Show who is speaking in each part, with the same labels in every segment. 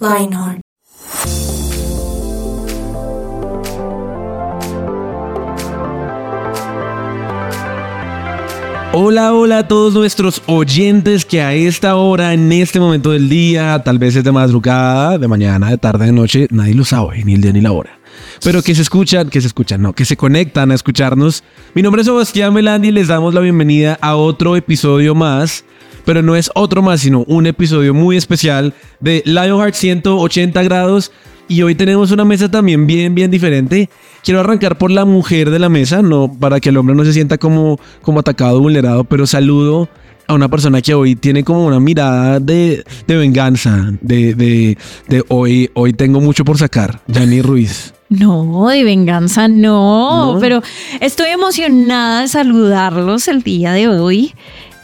Speaker 1: Lionheart.
Speaker 2: Hola, hola a todos nuestros oyentes que a esta hora, en este momento del día, tal vez es de madrugada, de mañana, de tarde, de noche, nadie lo sabe, ni el día ni la hora. Pero que se escuchan, que se escuchan, no, que se conectan a escucharnos. Mi nombre es Sebastián Melandi y les damos la bienvenida a otro episodio más pero no es otro más, sino un episodio muy especial de Lionheart 180 grados. Y hoy tenemos una mesa también bien, bien diferente. Quiero arrancar por la mujer de la mesa, no para que el hombre no se sienta como, como atacado, vulnerado, pero saludo a una persona que hoy tiene como una mirada de, de venganza, de, de, de hoy, hoy tengo mucho por sacar, Jani Ruiz.
Speaker 3: No, de venganza no,
Speaker 2: No.
Speaker 3: pero estoy emocionada de saludarlos el día de hoy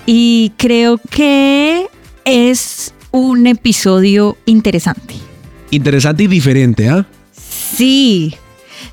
Speaker 3: y creo que es un episodio interesante.
Speaker 2: Interesante y diferente, ¿ah?
Speaker 3: Sí,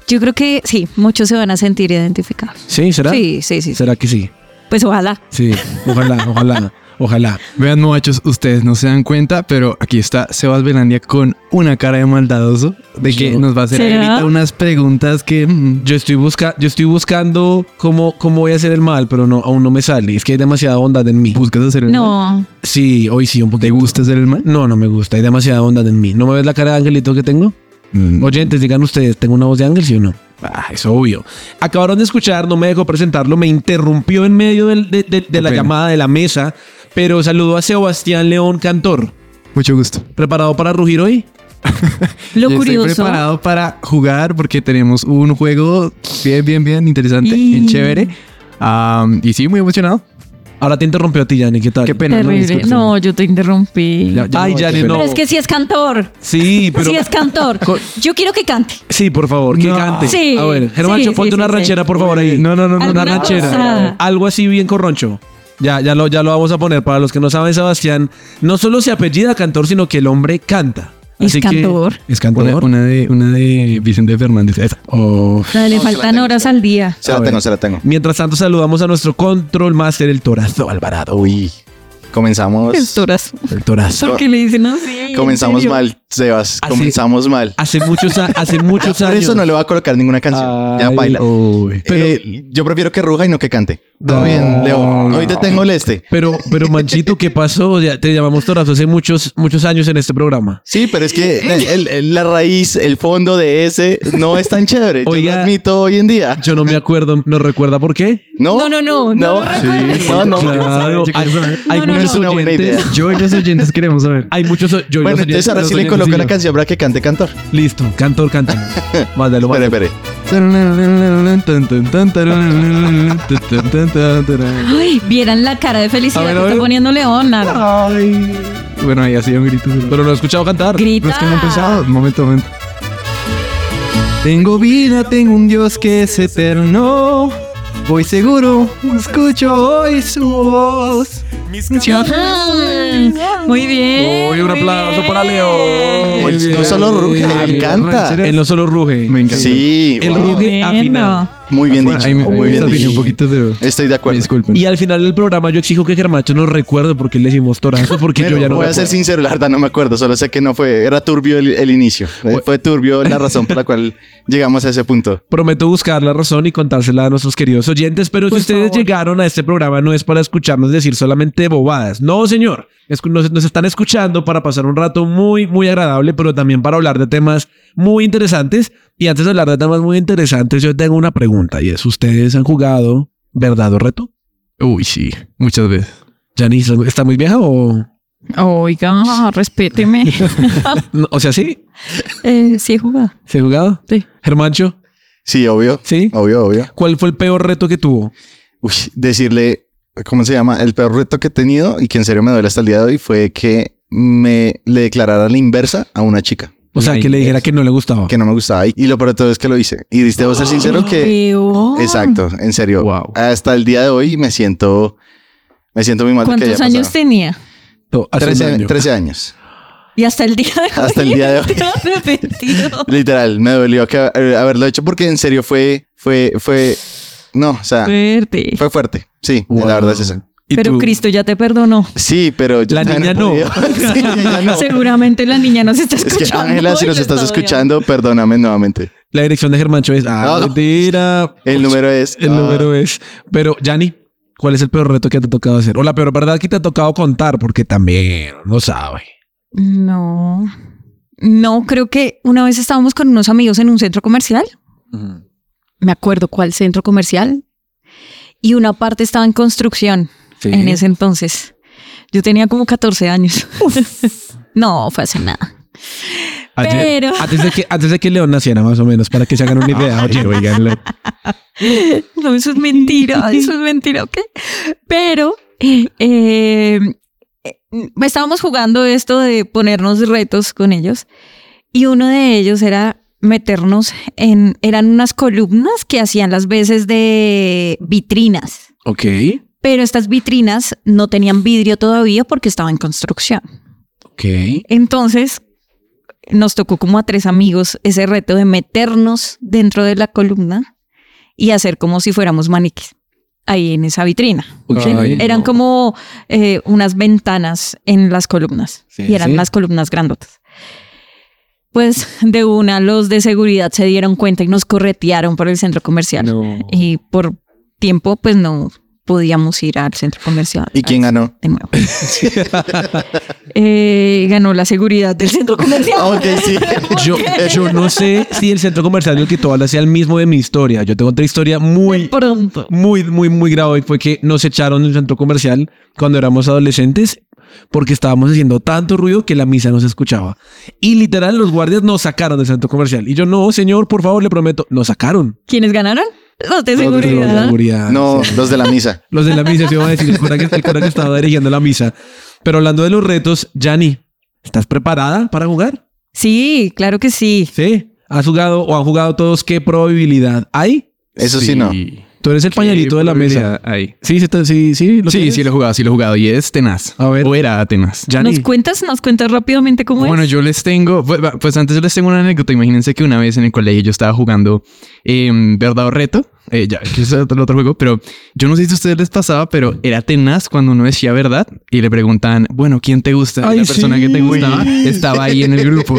Speaker 3: yo creo que sí, muchos se van a sentir identificados.
Speaker 2: ¿Sí? ¿Será?
Speaker 3: Sí, sí, sí. sí.
Speaker 2: ¿Será que sí?
Speaker 3: Pues ojalá.
Speaker 2: Sí, ojalá, ojalá, ojalá.
Speaker 4: Vean muchachos, ustedes no se dan cuenta, pero aquí está Sebas Belandia con una cara de maldadoso de que
Speaker 2: Yo-
Speaker 4: nos va a hacer
Speaker 3: ¿Será?
Speaker 4: ahorita unas preguntas que... mm,
Speaker 2: Yo estoy, busca yo estoy buscando cómo, cómo voy a hacer el mal, pero no, aún no me sale. Es que hay demasiada bondad en mí.
Speaker 4: ¿Buscas hacer el mal?
Speaker 3: No,
Speaker 2: Sí, hoy sí, un poquito.
Speaker 4: ¿Te gusta hacer el mal?
Speaker 2: No, no me gusta. Hay demasiada bondad en mí. ¿No me ves la cara de angelito que tengo?
Speaker 4: Mm,
Speaker 2: Oyentes, digan ustedes, ¿tengo una voz de ángel, sí o no? Ah, es obvio. Acabaron de escuchar, no me dejó presentarlo, me interrumpió en medio del- de, de- de la
Speaker 4: pena.
Speaker 2: llamada de la mesa, pero saludo a Sebastián León Cantor.
Speaker 4: Mucho gusto.
Speaker 2: ¿Preparado para rugir hoy?
Speaker 3: lo
Speaker 4: Yo Estoy
Speaker 3: curioso.
Speaker 4: preparado para jugar porque tenemos un juego bien, bien, bien interesante, bien
Speaker 3: Y-
Speaker 4: chévere. Am, y sí, muy emocionado.
Speaker 2: Ahora te interrumpió a ti, Yanni, ¿qué tal?
Speaker 4: Qué pena. no,
Speaker 3: Terrible.
Speaker 4: disculpa.
Speaker 3: No, yo te interrumpí.
Speaker 4: Ya- ya
Speaker 2: Ay,
Speaker 4: voy, qué
Speaker 2: Yane,
Speaker 4: pena.
Speaker 2: no.
Speaker 3: Pero es que sí es cantor.
Speaker 2: Sí, pero...
Speaker 3: Sí es cantor. Yo quiero que cante.
Speaker 2: Sí, por favor, que
Speaker 4: No.
Speaker 2: cante.
Speaker 3: Sí,
Speaker 2: a ver, Germancho,
Speaker 3: sí,
Speaker 2: ponte
Speaker 3: sí,
Speaker 2: una
Speaker 3: sí,
Speaker 2: ranchera, por favor, ahí.
Speaker 4: No, no, no, no.
Speaker 2: una
Speaker 3: Alguna
Speaker 2: ranchera.
Speaker 3: cosa.
Speaker 2: Algo así bien corroncho. Ya, ya lo, ya lo vamos a poner. Para los que no saben, Sebastián, no solo se apellida cantor, sino que el hombre canta.
Speaker 3: Es
Speaker 2: Así que-
Speaker 3: cantor.
Speaker 2: es
Speaker 4: Una,
Speaker 2: cantor.
Speaker 4: una de, una de Vicente Fernández. Esa.
Speaker 2: Oh.
Speaker 3: Le faltan horas al día.
Speaker 5: Se la
Speaker 2: A ver.
Speaker 5: tengo, se la tengo.
Speaker 2: Mientras tanto, saludamos a nuestro control master, el Torazo Alvarado.
Speaker 5: Uy, comenzamos.
Speaker 3: El torazo.
Speaker 2: El Torazo.
Speaker 3: Porque le dicen así.
Speaker 5: Comenzamos mal, Sebas.
Speaker 2: Así-
Speaker 5: Comenzamos mal.
Speaker 2: Hace muchos, a- hace muchos
Speaker 5: Por
Speaker 2: años.
Speaker 5: eso no le voy a colocar ninguna canción. ya
Speaker 2: Ay,
Speaker 5: baila.
Speaker 2: uy.
Speaker 5: Pero, yo prefiero que ruja y no que cante. Está bien, Leo. Hoy te tengo el este.
Speaker 2: Pero, pero Manchito, ¿qué pasó? Ya te llamamos Torazo hace muchos, muchos años en este programa.
Speaker 5: Sí, pero es que el- el- la raíz, el fondo de ese no es tan chévere. Yo
Speaker 2: Oiga.
Speaker 5: lo admito hoy en día.
Speaker 2: Yo no me acuerdo, ¿no recuerda por qué?
Speaker 5: No,
Speaker 3: No, no, no, no
Speaker 5: No,
Speaker 3: lo
Speaker 5: Sí,
Speaker 3: recuerdes.
Speaker 5: no, no.
Speaker 2: Claro,
Speaker 4: Yo
Speaker 2: hay,
Speaker 4: quiero saber.
Speaker 2: hay
Speaker 3: No, no,
Speaker 2: muchos
Speaker 5: no. Es una buena
Speaker 2: oyentes.
Speaker 5: idea.
Speaker 4: Yo y los oyentes queremos saber.
Speaker 2: Hay muchos. o- Yo,
Speaker 5: Bueno,
Speaker 2: los
Speaker 5: entonces
Speaker 2: oyentes-
Speaker 5: ahora
Speaker 2: los
Speaker 5: sí le
Speaker 2: oyentes,
Speaker 5: coloco
Speaker 2: sí,
Speaker 5: la
Speaker 2: yo.
Speaker 5: canción para que cante cantor.
Speaker 2: Listo, cantor, cántame. Mándalo,
Speaker 5: Espere,
Speaker 2: mándalo.
Speaker 5: espere.
Speaker 4: Bueno,
Speaker 3: Ay, vieran la cara de felicidad
Speaker 2: A ver, a
Speaker 3: que está
Speaker 2: ver. Ah,
Speaker 3: poniendo Leonard.
Speaker 4: ahí ha sido un grito. Pero
Speaker 2: Pero no he escuchado cantar.
Speaker 3: Grita.
Speaker 4: no es que no he empezado. Momento, momento. Tengo vida, tengo un Dios que es eterno. Voy seguro, escucho hoy su voz.
Speaker 3: Ah, muy bien.
Speaker 2: Uy, un
Speaker 3: muy
Speaker 2: aplauso
Speaker 3: bien.
Speaker 2: para Leo. Muy
Speaker 5: No
Speaker 2: bien.
Speaker 5: solo ruge,
Speaker 4: Ay,
Speaker 5: él canta.
Speaker 2: Él no solo ruge.
Speaker 4: Me encanta.
Speaker 5: Sí,
Speaker 2: Él
Speaker 5: wow.
Speaker 2: ruge
Speaker 3: Bueno.
Speaker 2: afinado.
Speaker 5: muy bien
Speaker 4: Bueno,
Speaker 5: dicho.
Speaker 4: ahí me- ahí
Speaker 5: Muy
Speaker 4: me
Speaker 5: bien
Speaker 4: desafiné un
Speaker 5: dicho.
Speaker 4: poquito, pero
Speaker 5: Estoy de
Speaker 4: me
Speaker 5: acuerdo.
Speaker 4: disculpen.
Speaker 2: Y al final del programa yo exijo que Germacho nos recuerde porque le decimos torazo, porque yo
Speaker 5: Pero
Speaker 2: ya no
Speaker 5: voy a
Speaker 2: recuerdo.
Speaker 5: ser sincero, la verdad no me acuerdo, solo sé que no fue, era turbio el, el inicio, Eh, fue turbio la razón por la cual llegamos a ese punto.
Speaker 2: Prometo buscar la razón y contársela a nuestros queridos oyentes, pero si ustedes llegaron a este programa no es para escucharnos decir solamente bobadas. No, señor. Es que nos, nos están escuchando para pasar un rato muy, muy agradable, pero también para hablar de temas muy interesantes. Y antes de hablar de temas muy interesantes, yo tengo una pregunta y es, ¿ustedes han jugado verdad o reto?
Speaker 4: Uy, sí, muchas veces.
Speaker 2: Janice, ¿está muy vieja o...?
Speaker 3: Oiga, respéteme.
Speaker 2: no? o sea, ¿sí?
Speaker 3: eh, sí, he jugado.
Speaker 2: ¿Se ha jugado?
Speaker 3: Sí.
Speaker 2: Germancho,
Speaker 5: Sí, obvio,
Speaker 2: ¿sí?
Speaker 5: obvio, obvio.
Speaker 2: ¿Cuál fue el peor reto que tuvo?
Speaker 5: Uy, decirle, ¿cómo se llama? El peor reto que he tenido y que en serio me duele hasta el día de hoy fue que me le declarara la inversa a una chica.
Speaker 2: O sea,
Speaker 4: Ay,
Speaker 2: que le dijera
Speaker 4: es-
Speaker 2: que no le gustaba.
Speaker 5: que no me gustaba. Y, y lo peor de todo es que lo hice. Y debo ser sincero que...
Speaker 3: Peor.
Speaker 5: Exacto, en serio.
Speaker 2: Wow.
Speaker 5: Hasta el día de hoy me siento... Me siento muy mal de que
Speaker 3: ¿Cuántos
Speaker 5: haya
Speaker 3: años
Speaker 5: pasado.
Speaker 3: tenía?
Speaker 2: No, hace un
Speaker 5: 13,
Speaker 2: año.
Speaker 5: 13 años.
Speaker 3: Y hasta el día de hoy.
Speaker 5: Hasta el día de hoy.
Speaker 3: te has arrepentido.
Speaker 5: Literal, me dolió que, eh, haberlo hecho porque en serio fue... Fue... fue no, o sea,
Speaker 3: Fuerte.
Speaker 5: Ah. fue fuerte. Sí,
Speaker 2: Wow.
Speaker 5: la verdad es esa.
Speaker 2: ¿Y
Speaker 3: Pero
Speaker 2: tú?
Speaker 3: Cristo ya te perdonó.
Speaker 5: Sí, pero... yo
Speaker 2: La niña
Speaker 5: todavía
Speaker 2: no.
Speaker 5: he podido. Sí, la niña Ah, no.
Speaker 3: Seguramente la niña nos está
Speaker 5: Es
Speaker 3: escuchando.
Speaker 5: que Ángela, si
Speaker 3: y
Speaker 5: nos
Speaker 3: lo
Speaker 5: estás
Speaker 3: está odiando.
Speaker 5: escuchando, perdóname nuevamente.
Speaker 2: La dirección de Germancho es. Ah,
Speaker 5: No.
Speaker 2: mentira.
Speaker 5: El número es.
Speaker 2: El
Speaker 5: ah,
Speaker 2: número es. Pero, Yanni, ¿cuál es el peor reto que te ha tocado hacer? O la peor verdad que te ha tocado contar, porque también no sabe.
Speaker 3: No. No, creo que una vez estábamos con unos amigos en un centro comercial. Me acuerdo cuál centro comercial. Y una parte estaba en construcción
Speaker 2: Sí.
Speaker 3: en ese entonces. Yo tenía como 14 años. no, fue hace nada.
Speaker 2: Ayer-
Speaker 3: pero-
Speaker 2: antes, de que, antes de que León naciera, más o menos, para que se hagan una idea. Oye, oigan, León.
Speaker 3: No, eso es mentira, eso es mentira, ¿ok? Pero eh, eh, estábamos jugando esto de ponernos retos con ellos y uno de ellos era meternos en, eran unas columnas que hacían las veces de vitrinas,
Speaker 2: Ok.
Speaker 3: pero estas vitrinas no tenían vidrio todavía porque estaba en construcción.
Speaker 2: Ok.
Speaker 3: Entonces nos tocó como a tres amigos ese reto de meternos dentro de la columna y hacer como si fuéramos maniquís ahí en esa vitrina.
Speaker 2: Ok.
Speaker 4: Ay,
Speaker 3: Eran
Speaker 4: no.
Speaker 3: como eh, unas ventanas en las columnas
Speaker 2: Sí,
Speaker 3: y eran
Speaker 2: sí.
Speaker 3: las columnas grandotas. Pues de una los de seguridad se dieron cuenta y nos corretearon por el centro comercial
Speaker 2: No.
Speaker 3: y por tiempo pues no podíamos ir al centro comercial.
Speaker 5: Ah, ¿Y quién ganó?
Speaker 3: de nuevo. Eh, ganó la seguridad del centro comercial.
Speaker 5: Ah, ok, sí.
Speaker 2: Yo, yo no sé si el centro comercial de Quitoala sea el mismo de mi historia. Yo tengo otra historia muy,
Speaker 3: Pronto.
Speaker 2: muy, muy, muy grave. Fue que nos echaron del centro comercial cuando éramos adolescentes porque estábamos haciendo tanto ruido que la misa no se escuchaba. Y literal, los guardias nos sacaron del centro comercial. Y yo, no, señor, por favor, le prometo, nos sacaron.
Speaker 3: ¿Quiénes ganaron? Los de
Speaker 2: Los de
Speaker 5: Los de
Speaker 2: la
Speaker 3: seguridad.
Speaker 2: seguridad,
Speaker 5: No,
Speaker 2: sí.
Speaker 5: los de la misa.
Speaker 2: Los de la misa se iban a decir el cura que, el cura que estaba dirigiendo la misa. Pero hablando de los retos, Yanni, ¿estás preparada para jugar?
Speaker 3: Sí, claro que sí.
Speaker 2: Sí. ¿Has jugado o han jugado todos? ¿Qué probabilidad hay?
Speaker 5: Eso sí, no.
Speaker 2: Tú eres el pañalito de la mesa.
Speaker 4: Ahí.
Speaker 2: Sí, sí, te- sí, sí.
Speaker 4: sí, sí lo he jugado, sí lo he jugado. Y es tenaz.
Speaker 2: A ver.
Speaker 4: O era tenaz.
Speaker 2: Yanni.
Speaker 3: ¿Nos cuentas? ¿Nos cuentas rápidamente cómo
Speaker 4: Bueno,
Speaker 3: es?
Speaker 4: yo les tengo, pues, va, pues antes yo les tengo una anécdota. Imagínense que una vez en el colegio yo estaba jugando eh, Verdad o Reto, eh, ya, que es el otro juego, pero yo no sé si a ustedes les pasaba, pero era tenaz cuando uno decía verdad y le preguntaban, bueno, ¿quién te gusta? Y
Speaker 2: Ay,
Speaker 4: la persona que te
Speaker 2: sí.
Speaker 4: gustaba estaba ahí en el grupo.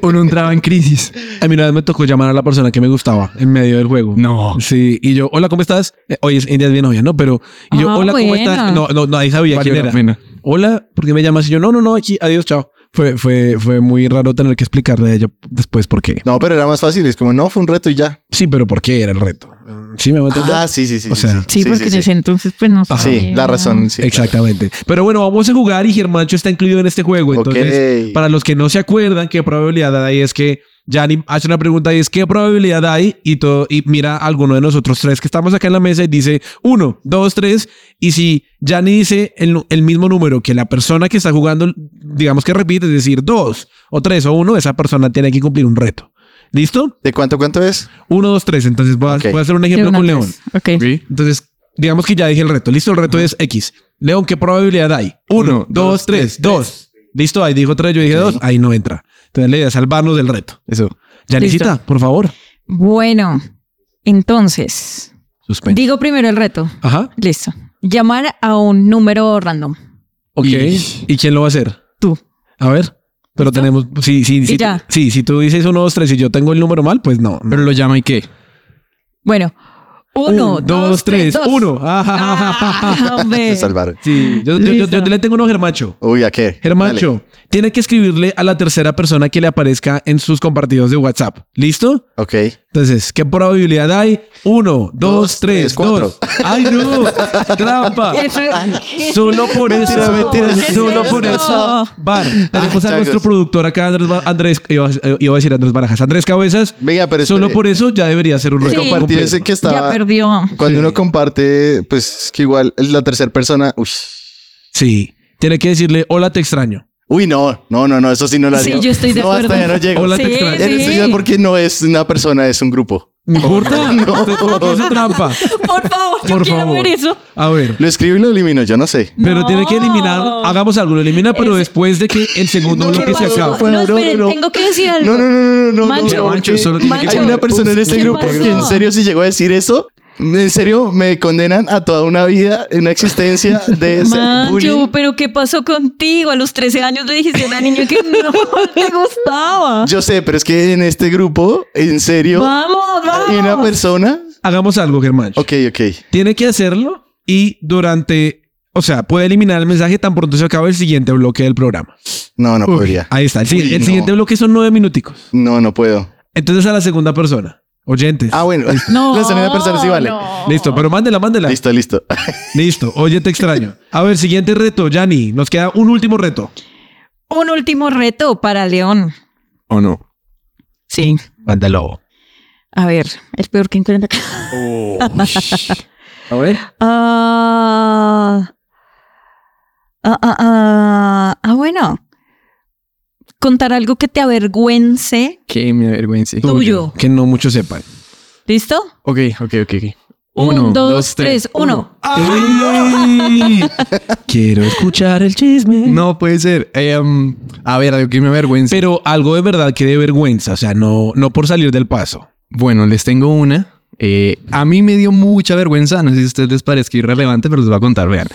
Speaker 4: Uno entraba en crisis.
Speaker 2: A mí una vez me tocó llamar a la persona que me gustaba en medio del juego.
Speaker 4: No.
Speaker 2: Sí, y yo, hola, ¿cómo estás? Eh, oye, es- ella es bien novia, ¿no? Pero, y yo,
Speaker 3: Ah,
Speaker 2: hola, ¿cómo
Speaker 3: buena.
Speaker 2: estás? No, no, nadie sabía
Speaker 4: Valió
Speaker 2: quién
Speaker 4: la
Speaker 2: era.
Speaker 4: pena.
Speaker 2: Hola, ¿por qué me llamas? Y yo, no, no, no, aquí, adiós, chao. Fue, fue, fue muy raro tener que explicarle a ella después por qué.
Speaker 5: No, pero era más fácil. Es como, no, fue un reto y ya.
Speaker 2: Sí, pero ¿por qué era el reto? Sí, me voy a entender.
Speaker 5: Ah, sí, sí, sí.
Speaker 2: O
Speaker 5: sí,
Speaker 2: sea,
Speaker 3: sí, porque en
Speaker 5: sí,
Speaker 3: ese
Speaker 5: sí.
Speaker 3: entonces pues no
Speaker 5: Sí,
Speaker 3: sabía.
Speaker 5: la razón. Sí,
Speaker 2: Exactamente. Pero bueno, vamos a jugar y Germancho está incluido en este juego. Entonces,
Speaker 5: ok.
Speaker 2: para los que no se acuerdan, ¿qué probabilidad hay? Es que Yanni hace una pregunta y es ¿qué probabilidad hay? Y, todo, y mira a alguno de nosotros tres que estamos acá en la mesa y dice uno, dos, tres. Y si Yanni dice el, nu- el mismo número que la persona que está jugando, digamos que repite, es decir, dos o tres o uno, esa persona tiene que cumplir un reto. ¿Listo?
Speaker 5: ¿De cuánto cuánto es?
Speaker 2: Uno, dos, tres. Entonces voy a,
Speaker 5: Ok.
Speaker 2: voy a hacer un
Speaker 3: De
Speaker 2: ejemplo
Speaker 3: una
Speaker 2: con
Speaker 3: a
Speaker 2: León.
Speaker 3: tres. Ok.
Speaker 2: Entonces, digamos que ya dije el reto. Listo, el reto es X. León, ¿qué probabilidad hay? Uno,
Speaker 4: Uno,
Speaker 2: dos,
Speaker 4: dos,
Speaker 2: tres,
Speaker 4: tres,
Speaker 2: dos. Listo, ahí dijo tres, yo dije dos, ahí no entra. Entonces la idea es salvarnos del reto.
Speaker 4: Eso.
Speaker 2: Yanisita, por favor.
Speaker 3: Bueno, entonces,
Speaker 2: Suspense.
Speaker 3: digo primero el reto.
Speaker 2: Ajá.
Speaker 3: Listo. Llamar a un número random.
Speaker 2: Ok.
Speaker 4: Y-
Speaker 2: Y... quién lo va a hacer?
Speaker 3: Tú.
Speaker 2: A ver. Pero tenemos. Sí, sí, sí.
Speaker 3: ya.
Speaker 2: Sí, si tú dices uno, dos, tres y yo tengo el número mal, pues no.
Speaker 4: Pero lo llama y qué.
Speaker 3: Bueno, uno,
Speaker 2: Un, dos, tres,
Speaker 3: dos.
Speaker 2: uno. Ah, Ajá, ajá, ajá, ajá.
Speaker 3: Ah, hombre.
Speaker 5: Se salvaron.
Speaker 2: Sí, yo, yo- yo-
Speaker 3: Listo.
Speaker 2: yo le tengo uno a Germacho.
Speaker 5: Uy, ¿a qué?
Speaker 2: Germacho, tiene que escribirle a la tercera persona que le aparezca en sus compartidos de WhatsApp. ¿Listo?
Speaker 5: Dale. Ok.
Speaker 2: Entonces, ¿qué probabilidad hay? Uno, dos,
Speaker 5: Dos,
Speaker 2: tres,
Speaker 5: tres, cuatro.
Speaker 2: dos. ¡Ay, no! ¡Trampa!
Speaker 3: Eso-
Speaker 2: Solo por
Speaker 5: Mentira,
Speaker 2: eso.
Speaker 5: mentira,
Speaker 3: ¿Qué es
Speaker 2: Solo por
Speaker 3: eso?
Speaker 2: eso. Bar, tenemos a
Speaker 5: changos.
Speaker 2: nuestro productor acá, Andrés, Ba- Andrés iba, a- iba a decir Andrés Barajas. Andrés Cabezas.
Speaker 5: Venga, pero
Speaker 2: Solo
Speaker 5: espere.
Speaker 2: por eso ya debería ser un
Speaker 5: El
Speaker 3: Sí.
Speaker 2: reto.
Speaker 5: Pues, eh, compartir
Speaker 2: completo.
Speaker 5: ese que
Speaker 3: Ya
Speaker 5: estaba.
Speaker 3: perdió.
Speaker 5: Cuando uno comparte, pues es que igual es la tercera persona. Uy,
Speaker 2: Sí. Tiene que decirle, hola, te extraño.
Speaker 5: Uy, no, no, no, no, eso sí no lo
Speaker 3: Sí,
Speaker 5: haría.
Speaker 3: yo estoy de
Speaker 5: no,
Speaker 3: acuerdo.
Speaker 5: hasta ya no llego.
Speaker 2: Hola, te
Speaker 3: Sí,
Speaker 2: extraño.
Speaker 5: Ya no estoy
Speaker 3: sí.
Speaker 5: ya porque no es una persona, es un grupo.
Speaker 2: No importa. No. Es trampa.
Speaker 3: Por favor, yo
Speaker 2: Por
Speaker 3: quiero
Speaker 2: favor.
Speaker 3: ver eso.
Speaker 2: A ver.
Speaker 5: Lo escribo y lo elimino, yo no sé.
Speaker 2: Pero
Speaker 3: No.
Speaker 2: tiene que eliminar. Hagamos algo. Lo elimina, pero
Speaker 3: Es-
Speaker 2: después de que el segundo
Speaker 5: No,
Speaker 2: bloque se
Speaker 5: no,
Speaker 2: acabe.
Speaker 5: Bueno,
Speaker 3: no,
Speaker 5: no, no,
Speaker 3: esperen,
Speaker 5: no.
Speaker 3: tengo que decir algo.
Speaker 5: No, no, no, no, no.
Speaker 3: Mancho.
Speaker 5: no,
Speaker 4: Mancho, solo tiene que
Speaker 5: Hay una
Speaker 3: Mancho.
Speaker 5: persona en este
Speaker 3: ¿Qué
Speaker 5: grupo
Speaker 3: pasó?
Speaker 5: que en serio si llegó a decir eso, en serio me condenan a toda una vida, una existencia de ser bullying.
Speaker 3: Mancho, pero ¿qué pasó contigo? A los 13 años le dijiste a una niña que no te gustaba.
Speaker 5: Yo sé, pero es que en este grupo, en serio,
Speaker 3: Vamos,
Speaker 5: hay una pues,
Speaker 3: vamos.
Speaker 5: persona.
Speaker 2: Hagamos algo, Germán.
Speaker 5: Ok, ok.
Speaker 2: Tiene que hacerlo y durante. O sea, puede eliminar el mensaje tan pronto se acabe el siguiente bloque del programa.
Speaker 5: No, no
Speaker 2: Uy,
Speaker 5: podría.
Speaker 2: Ahí está. El, sigui-
Speaker 5: Uy,
Speaker 2: el
Speaker 5: no.
Speaker 2: siguiente bloque son nueve minuticos.
Speaker 5: No, no puedo.
Speaker 2: Entonces a la segunda persona. Oyentes.
Speaker 5: Ah, bueno.
Speaker 3: No,
Speaker 5: La segunda persona sí vale.
Speaker 3: no.
Speaker 2: Listo, pero mándela, mándela. Listo.
Speaker 5: Listo, listo.
Speaker 2: Oye, te extraño. A ver, siguiente reto, Yanni. Nos queda un último reto.
Speaker 3: Un último reto para León.
Speaker 4: ¿O no?
Speaker 3: Sí.
Speaker 2: Mándalo.
Speaker 3: A ver, el peor que encuentra acá.
Speaker 2: A ver.
Speaker 3: Ah, ah, ah, ah, ah, bueno. Contar algo que te avergüence.
Speaker 4: Que me avergüence.
Speaker 3: Tuyo.
Speaker 2: Que no muchos sepan.
Speaker 3: ¿Listo?
Speaker 4: Ok, ok, ok. ok.
Speaker 3: Un, dos, tres, uno.
Speaker 2: ¡Ey! Quiero escuchar el chisme.
Speaker 4: No puede ser. Eh, um, a ver, algo que me avergüence.
Speaker 2: Pero algo de verdad que dé vergüenza. O sea, no, no por salir del paso.
Speaker 4: Bueno, les tengo una. Eh, a mí me dio mucha vergüenza. No sé si a ustedes les parezca irrelevante, pero les voy a contar. Vean.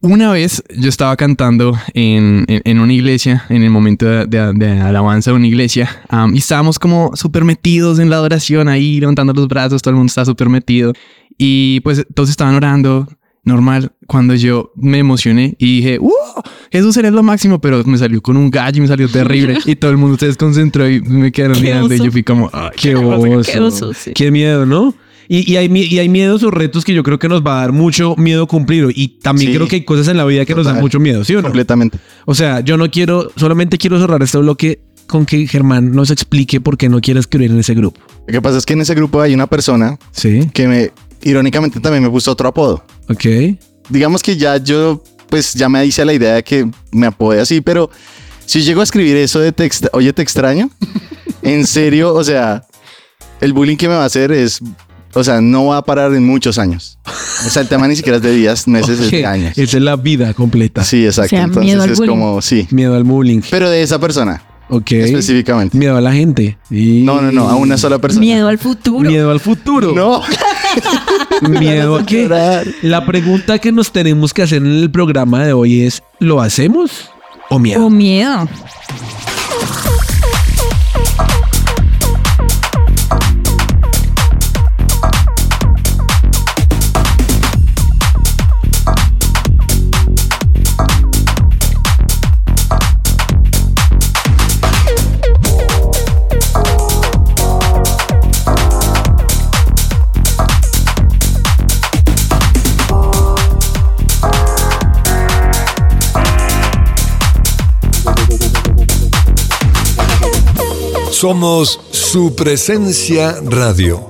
Speaker 4: Una vez yo estaba cantando en, en- en una iglesia, en el momento de, de- de alabanza de una iglesia, am, y estábamos como súper metidos en la adoración, ahí levantando los brazos, todo el mundo estaba súper metido, y pues todos estaban orando, normal, cuando yo me emocioné y dije, ¡Uh! Jesús eres lo máximo, pero me salió con un gallo y me salió terrible, y todo el mundo se desconcentró y me quedaron
Speaker 3: Qué
Speaker 4: mirando, y
Speaker 3: oso.
Speaker 4: yo fui como, ¡Ay,
Speaker 2: Qué
Speaker 3: Qué
Speaker 2: oso.
Speaker 3: oso, sí.
Speaker 2: Qué miedo, ¿no? Y, y hay, mi- y hay miedos o retos que yo creo que nos va a dar mucho miedo cumplir. Y también
Speaker 5: Sí.
Speaker 2: creo que hay cosas en la vida que nos dan
Speaker 5: Total.
Speaker 2: mucho miedo, ¿sí o no?
Speaker 5: Completamente.
Speaker 2: O sea, yo no quiero, solamente quiero cerrar este bloque con que Germán nos explique por qué no quiere escribir en ese grupo.
Speaker 5: Lo que pasa es que en ese grupo hay una persona
Speaker 2: Sí,
Speaker 5: que me, irónicamente, también me puso otro apodo.
Speaker 2: ok.
Speaker 5: digamos que ya yo, pues ya me hice la idea de que me apode así, pero si llego a escribir eso de text, oye, te extraño, en serio, o sea, el bullying que me va a hacer es, o sea, no va a parar en muchos años. O sea, el tema ni siquiera es de días, meses, es de
Speaker 2: Ok,
Speaker 5: años.
Speaker 2: Esa es la vida completa.
Speaker 5: Sí, exacto.
Speaker 3: sea, miedo
Speaker 5: Entonces
Speaker 3: al
Speaker 5: es
Speaker 3: bullying.
Speaker 5: como, sí,
Speaker 2: Miedo al bullying.
Speaker 5: pero de esa persona
Speaker 2: Ok.
Speaker 5: específicamente.
Speaker 2: Miedo a la gente. Y-
Speaker 5: No, no, no, a una sola persona.
Speaker 3: Miedo al futuro.
Speaker 2: Miedo al futuro.
Speaker 5: No,
Speaker 2: Miedo a qué.
Speaker 5: llorar.
Speaker 2: La pregunta que nos tenemos que hacer en el programa de hoy es: ¿lo hacemos o miedo?
Speaker 3: O miedo.
Speaker 1: Somos su presencia radio.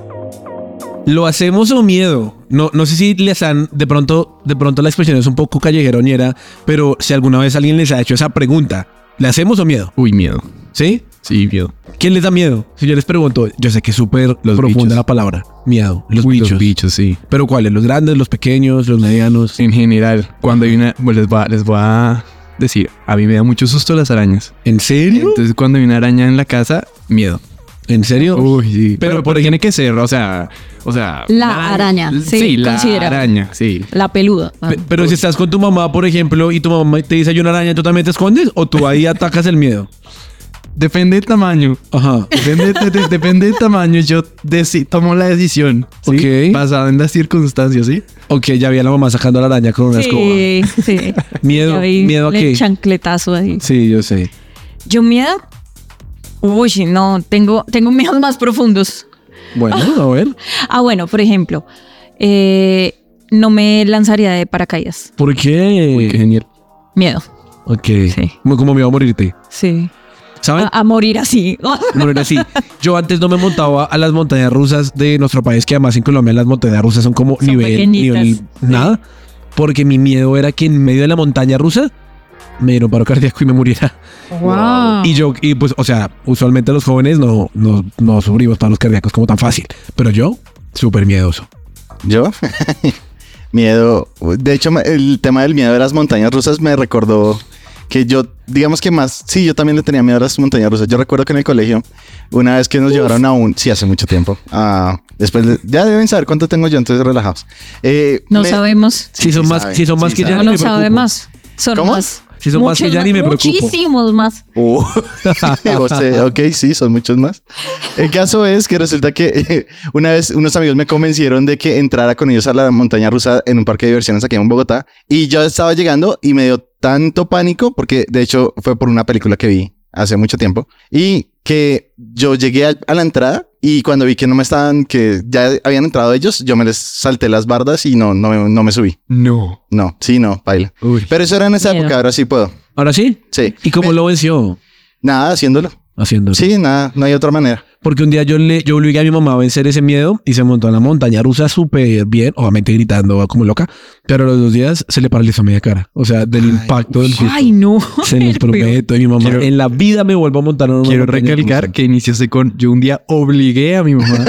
Speaker 2: ¿Lo hacemos o miedo? No, no sé si les han, de pronto, de pronto la expresión es un poco callejeroñera, pero si alguna vez alguien les ha hecho esa pregunta, ¿le hacemos o miedo?
Speaker 4: Uy, miedo.
Speaker 2: ¿Sí?
Speaker 4: Sí, miedo.
Speaker 2: ¿Quién les da miedo? Si yo les pregunto, yo sé que es súper
Speaker 4: Los
Speaker 2: profunda
Speaker 4: bichos.
Speaker 2: la palabra. Miedo. Los
Speaker 4: Uy,
Speaker 2: bichos.
Speaker 4: Los bichos, sí.
Speaker 2: ¿Pero cuáles? ¿Los grandes, los pequeños, los medianos?
Speaker 4: En general, cuando hay una... Bueno, les voy, a, les voy a decir, a mí me da mucho susto las arañas.
Speaker 2: ¿En serio?
Speaker 4: Entonces, cuando hay una araña en la casa, miedo.
Speaker 2: ¿En serio?
Speaker 4: Uy, sí.
Speaker 2: Pero
Speaker 4: Pero, por tiene que ser, o sea... O sea...
Speaker 3: La araña. Sí,
Speaker 4: la
Speaker 3: considera.
Speaker 4: araña, sí.
Speaker 3: La peluda.
Speaker 2: Pe- Pero si estás con tu mamá, por ejemplo, y tu mamá te dice hay una araña, ¿tú también te escondes? ¿O tú ahí atacas el miedo?
Speaker 4: Depende del tamaño.
Speaker 2: Ajá.
Speaker 4: Depende, de- de- depende del tamaño, yo deci- tomo la decisión. ¿sí?
Speaker 2: Ok.
Speaker 4: Basada en las circunstancias, ¿sí?
Speaker 2: Ok, ya vi a la mamá sacando la araña con una escoba.
Speaker 3: Sí, sí.
Speaker 2: Miedo,
Speaker 3: Ya vi
Speaker 2: miedo a
Speaker 3: el
Speaker 2: qué?
Speaker 3: chancletazo ahí.
Speaker 2: Sí, yo sé.
Speaker 3: ¿Yo miedo? Uy, no, tengo, tengo miedos más profundos.
Speaker 2: Bueno, a ver.
Speaker 3: Ah, bueno, por ejemplo, eh, no me lanzaría de paracaídas.
Speaker 2: ¿Por qué?
Speaker 4: Uy, qué genial.
Speaker 3: Miedo,
Speaker 2: Ok.
Speaker 3: Sí. Ah,
Speaker 2: Como- Como me iba a morirte.
Speaker 3: sí.
Speaker 2: ¿Saben?
Speaker 3: A, a morir así.
Speaker 2: Morir así. Yo antes no me montaba a las montañas rusas de nuestro país, que además en Colombia las montañas rusas son como
Speaker 3: Son
Speaker 2: nivel,
Speaker 3: pequeñitas.
Speaker 2: nivel nada. Porque mi miedo era que en medio de la montaña rusa me dieron paro cardíaco y me muriera.
Speaker 3: Wow.
Speaker 2: Y yo, y pues, o sea, usualmente los jóvenes no, no, no sufrimos paros cardíacos como tan fácil. Pero yo, súper miedoso.
Speaker 5: ¿Yo? miedo. De hecho, me- el tema del miedo de las montañas rusas me recordó que yo, digamos que más, sí, yo también le tenía miedo a las montañas rusas. Yo recuerdo que en el colegio, una vez que nos llevaron a un, sí, hace mucho tiempo, a- después, de- ya deben saber cuánto tengo yo, entonces relajados. Eh,
Speaker 3: no
Speaker 5: me-
Speaker 3: sabemos.
Speaker 2: Si son más- si son más que ya-
Speaker 3: No
Speaker 2: me
Speaker 3: lo
Speaker 2: preocupo.
Speaker 3: sabe más. Son
Speaker 5: ¿Cómo?
Speaker 3: más.
Speaker 2: Si son más que
Speaker 3: Muchos
Speaker 2: ya ni me preocupo.
Speaker 3: Muchísimos más.
Speaker 5: Uh, o sea, ok, sí, son muchos más. El caso es que resulta que eh, una vez unos amigos me convencieron de que entrara con ellos a la montaña rusa en un parque de diversiones aquí en Bogotá y yo estaba llegando y me dio tanto pánico porque de hecho fue por una película que vi hace mucho tiempo y que yo llegué al- a, la entrada y cuando vi que no me estaban, que ya habían entrado ellos, yo me les salté las bardas y no, no, me- no me subí.
Speaker 4: No.
Speaker 5: No, sí, no, baila.
Speaker 4: Uy.
Speaker 5: Pero eso era en esa
Speaker 3: Miedo.
Speaker 5: época, ahora sí puedo.
Speaker 2: Ahora sí.
Speaker 5: Sí.
Speaker 2: ¿Y cómo lo venció?
Speaker 5: Nada, haciéndolo.
Speaker 2: Haciendo.
Speaker 5: Sí, nada, no hay otra manera.
Speaker 2: Porque un día yo le yo obligué a mi mamá a vencer ese miedo y se montó en la montaña rusa súper bien, obviamente gritando como loca, pero a los dos días se le paralizó media cara. O sea, del impacto del susto.
Speaker 3: Ay, no.
Speaker 2: Se los
Speaker 3: El peor.
Speaker 2: prometo. Y mi mamá,
Speaker 4: Quiero-
Speaker 2: en la vida me vuelvo a montar en una
Speaker 4: Quiero
Speaker 2: montaña
Speaker 4: recalcar
Speaker 2: rusa.
Speaker 4: que iniciaste con yo un día obligué a mi mamá.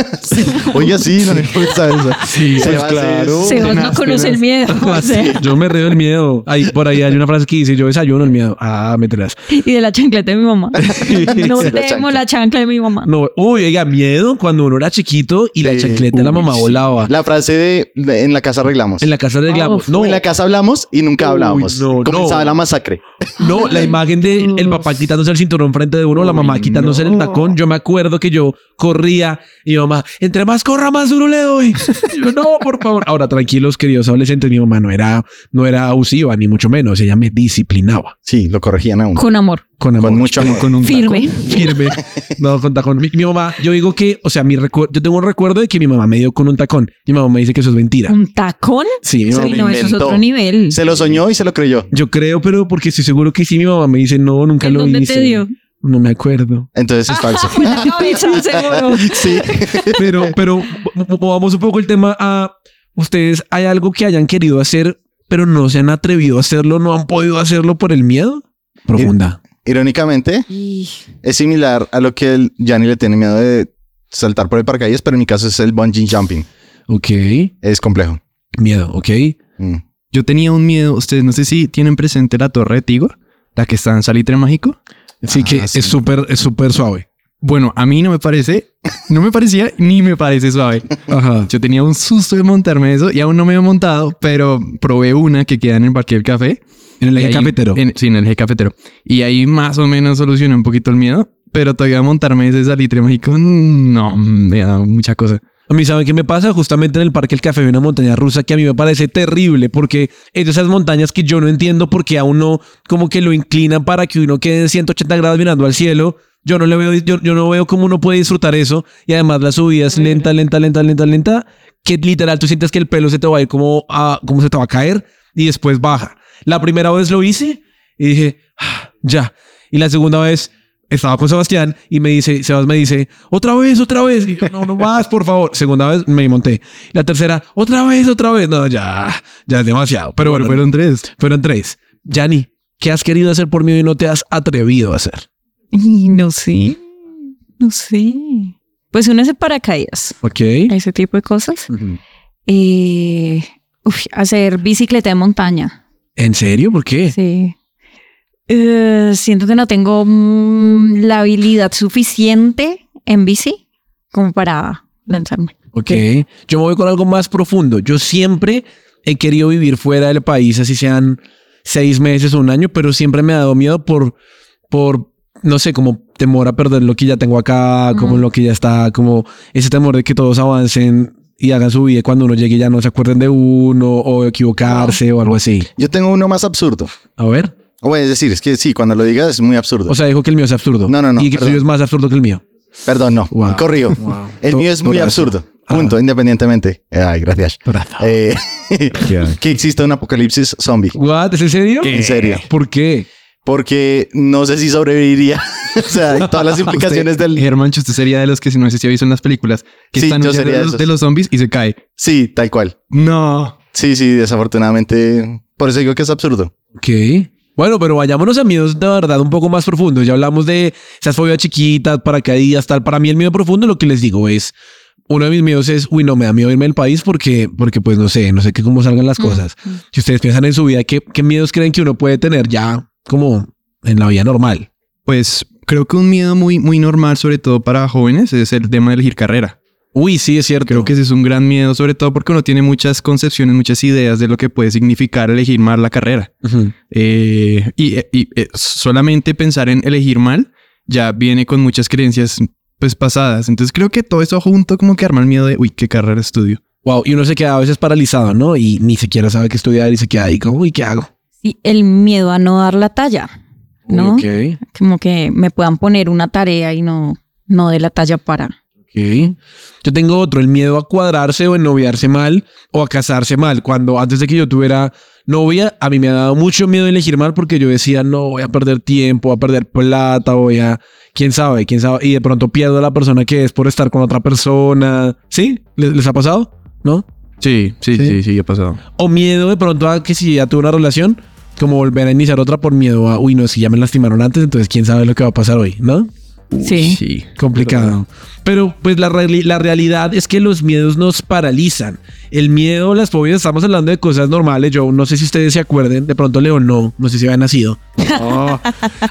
Speaker 5: Oye, sí, no me importa eso.
Speaker 4: Sí,
Speaker 5: Se
Speaker 4: pues
Speaker 5: va a
Speaker 4: claro.
Speaker 5: hacer-
Speaker 3: Sebas no
Speaker 4: Tenaz,
Speaker 3: conoce el
Speaker 4: tenaz.
Speaker 3: miedo. o sea,
Speaker 2: Yo me río del miedo. Ahí, por ahí hay una frase que dice: Yo desayuno el miedo. Ah, me traes.
Speaker 3: y de la chancleta de mi mamá. No
Speaker 5: La
Speaker 3: temo
Speaker 5: chancla.
Speaker 3: la chancla de mi mamá.
Speaker 2: No, uy, oiga, miedo cuando uno era chiquito y la
Speaker 5: Sí.
Speaker 2: chancleta de la mamá
Speaker 5: Uy,
Speaker 2: volaba.
Speaker 5: La frase de, de- en la casa arreglamos.
Speaker 2: En la casa del glamo.
Speaker 3: Uf,
Speaker 2: No,
Speaker 5: En la casa hablamos y nunca
Speaker 2: Uy,
Speaker 5: hablábamos.
Speaker 2: no,
Speaker 5: Comenzaba
Speaker 2: no.
Speaker 5: la masacre.
Speaker 2: No, la imagen de el papá quitándose el cinturón frente de uno, la mamá quitándose el tacón. Yo me acuerdo que yo corría y mi mamá, entre más corra, más duro le doy. Yo, no, por favor. Ahora, tranquilos, queridos adolescentes, mi mamá no era, no era abusiva, ni mucho menos. Ella me disciplinaba
Speaker 5: Sí, lo corregían a uno.
Speaker 3: Con amor.
Speaker 2: con amor.
Speaker 5: Con mucho amor.
Speaker 4: Con un
Speaker 3: Firme.
Speaker 4: tacón.
Speaker 2: firme. No, con tacón. Mi, mi mamá, yo digo que, o sea, mi recuerdo, yo tengo un recuerdo de que mi mamá me dio con un tacón. Mi mamá me dice que eso es mentira.
Speaker 3: ¿Un tacón?
Speaker 2: Sí, mi
Speaker 5: Se
Speaker 2: mamá.
Speaker 5: lo
Speaker 3: no, eso es
Speaker 5: inventó.
Speaker 3: otro nivel.
Speaker 5: Se lo soñó y se lo creyó.
Speaker 2: Yo creo, pero porque estoy seguro que sí, mi mamá me dice, no, nunca
Speaker 3: ¿En
Speaker 2: lo
Speaker 3: dónde
Speaker 2: hice.
Speaker 3: te dio?
Speaker 2: No me acuerdo.
Speaker 5: Entonces es falso.
Speaker 3: Fue en la cabeza, seguro.
Speaker 5: sí.
Speaker 2: Pero, pero mo- mo- movamos un poco el tema a ustedes. ¿Hay algo que hayan querido hacer, pero no se han atrevido a hacerlo, no han podido hacerlo por el miedo? Profunda.
Speaker 5: Irónicamente, es similar a lo que el Gianni le tiene miedo de saltar por el paracaídas, pero en mi caso es el bungee jumping.
Speaker 2: Ok.
Speaker 5: Es complejo.
Speaker 2: Miedo, ok.
Speaker 5: Mm.
Speaker 4: Yo tenía un miedo. Ustedes no sé si tienen presente la torre de Tigua, la que está en Salitre Mágico.
Speaker 2: Así
Speaker 5: Ah,
Speaker 2: que
Speaker 5: sí.
Speaker 2: es súper, es súper suave.
Speaker 4: Bueno, a mí no me parece, no me parecía ni me parece suave.
Speaker 2: Ajá.
Speaker 4: Yo tenía un susto de montarme eso y aún no me he montado, pero probé una que queda en el parque del café.
Speaker 2: En el
Speaker 4: Y
Speaker 2: eje
Speaker 4: ahí-
Speaker 2: cafetero.
Speaker 4: en- sí, en el eje cafetero. Y ahí más o menos solucioné un poquito el miedo, pero todavía montarme ese salitre mágico, mm, no, mm, me da mucha cosa.
Speaker 2: A mí, ¿saben qué me pasa? Justamente en el Parque El Café hay una montaña rusa que a mí me parece terrible porque es de esas montañas que yo no entiendo porque a uno como que lo inclinan para que uno quede en 180 grados mirando al cielo. Yo no le veo, yo, yo no veo cómo uno puede disfrutar eso. Y además la subida es lenta, lenta, lenta, lenta, lenta, que literal tú sientes que el pelo se te va a ir como, a, como se te va a caer y después baja. La primera vez lo hice y dije, "Ah, ya. Y la segunda vez estaba con Sebastián y me dice, Sebas me dice, otra vez, otra vez. Y yo, no, no más, por favor. Segunda vez me monté. La tercera, otra vez, otra vez. No, ya, ya es demasiado. Pero bueno, fueron,
Speaker 4: fueron tres.
Speaker 2: fueron tres. Yanni, ¿qué has querido hacer por mí y no te has atrevido a hacer?
Speaker 3: Y no sé. No sé. Pues uno hace paracaídas.
Speaker 2: Ok.
Speaker 3: Ese tipo de cosas. Eh, uf, hacer bicicleta de montaña.
Speaker 2: ¿En serio? ¿Por qué?
Speaker 3: Sí. Eh, siento que no tengo mm, la habilidad suficiente en bici como para lanzarme.
Speaker 2: Ok. Yo me voy con algo más profundo. Yo siempre he querido vivir fuera del país, así sean seis meses o un año, pero siempre me ha dado miedo por, por no sé, como temor a perder lo que ya tengo acá, como
Speaker 3: Ujú.
Speaker 2: lo que ya está, como ese temor de que todos avancen y hagan su vida y cuando uno llegue ya no se acuerden de uno o equivocarse o algo así.
Speaker 5: Yo tengo uno más absurdo.
Speaker 2: A ver.
Speaker 5: O es decir, es que sí, cuando lo digas es muy absurdo.
Speaker 2: O sea, dijo que el mío es absurdo.
Speaker 5: No, no, no,
Speaker 2: Y que el
Speaker 5: perdón.
Speaker 2: suyo es más absurdo que el mío.
Speaker 5: Perdón, no.
Speaker 2: Wow.
Speaker 5: Corrijo. El
Speaker 2: To-
Speaker 5: mío es muy
Speaker 2: torazo.
Speaker 5: absurdo.
Speaker 2: Ah.
Speaker 5: Punto, independientemente. Ay, gracias. Eh, que exista un apocalipsis zombie.
Speaker 2: What? ¿Es en serio?
Speaker 5: En serio.
Speaker 2: ¿Por qué?
Speaker 5: Porque no sé si sobreviviría. o sea, hay todas las implicaciones
Speaker 4: Usted,
Speaker 5: del...
Speaker 4: Germán, usted sería de los que si no sé si ha visto en las películas que
Speaker 5: Sí,
Speaker 4: están
Speaker 5: yo
Speaker 4: huyendo
Speaker 5: sería de
Speaker 4: de los,
Speaker 5: esos.
Speaker 4: de los zombies y se cae.
Speaker 5: Sí, tal cual.
Speaker 4: No.
Speaker 5: Sí, sí, desafortunadamente. Por eso digo que es absurdo.
Speaker 2: Ok. Bueno, pero vayámonos a miedos de verdad un poco más profundos. Ya hablamos de esas fobias chiquitas, paracaídas, tal. Para mí el miedo profundo, lo que les digo es, uno de mis miedos es, uy, no, me da miedo irme del país porque, porque pues no sé, no sé qué cómo salgan las cosas. Si ustedes piensan en su vida, ¿qué, qué miedos creen que uno puede tener ya como en la vida normal?
Speaker 4: Pues creo que un miedo muy, muy normal, sobre todo para jóvenes, es el tema de elegir carrera.
Speaker 2: Uy, sí, es cierto.
Speaker 4: Creo que ese es un gran miedo, sobre todo porque uno tiene muchas concepciones, muchas ideas de lo que puede significar elegir mal la carrera.
Speaker 2: Ujú.
Speaker 4: Eh, y y, eh, solamente pensar en elegir mal ya viene con muchas creencias pues pasadas. Entonces creo que todo eso junto como que arma el miedo de, uy, qué carrera estudio.
Speaker 2: Wow, y uno se queda a veces paralizado, ¿no? Y ni siquiera sabe qué estudiar y se queda ahí como, uy, ¿qué hago?
Speaker 3: Sí, el miedo a no dar la talla, ¿no?
Speaker 2: Ok,
Speaker 3: Como que me puedan poner una tarea y no, no de la talla para.
Speaker 2: ok. Yo tengo otro, el miedo a cuadrarse o ennoviarse mal o a casarse mal. Cuando antes de que yo tuviera novia, a mí me ha dado mucho miedo elegir mal porque yo decía, no, voy a perder tiempo, voy a perder plata, voy a... ¿Quién sabe? ¿Quién sabe? Y de pronto pierdo a la persona que es por estar con otra persona. ¿Sí? ¿Les, les ha pasado? ¿No?
Speaker 4: Sí, sí,
Speaker 2: Sí.
Speaker 4: sí, sí, ha pasado.
Speaker 2: O miedo de pronto a que si ya tuve una relación, como volver a iniciar otra por miedo a, uy, no, si ya me lastimaron antes, entonces quién sabe lo que va a pasar hoy, ¿no?
Speaker 3: sí.
Speaker 4: Sí.
Speaker 2: Complicado. Pero pues la, reali- la realidad es que los miedos nos paralizan. El miedo, las fobias, estamos hablando de cosas normales. Yo no sé si ustedes se acuerden, de pronto León no, no sé si había nacido.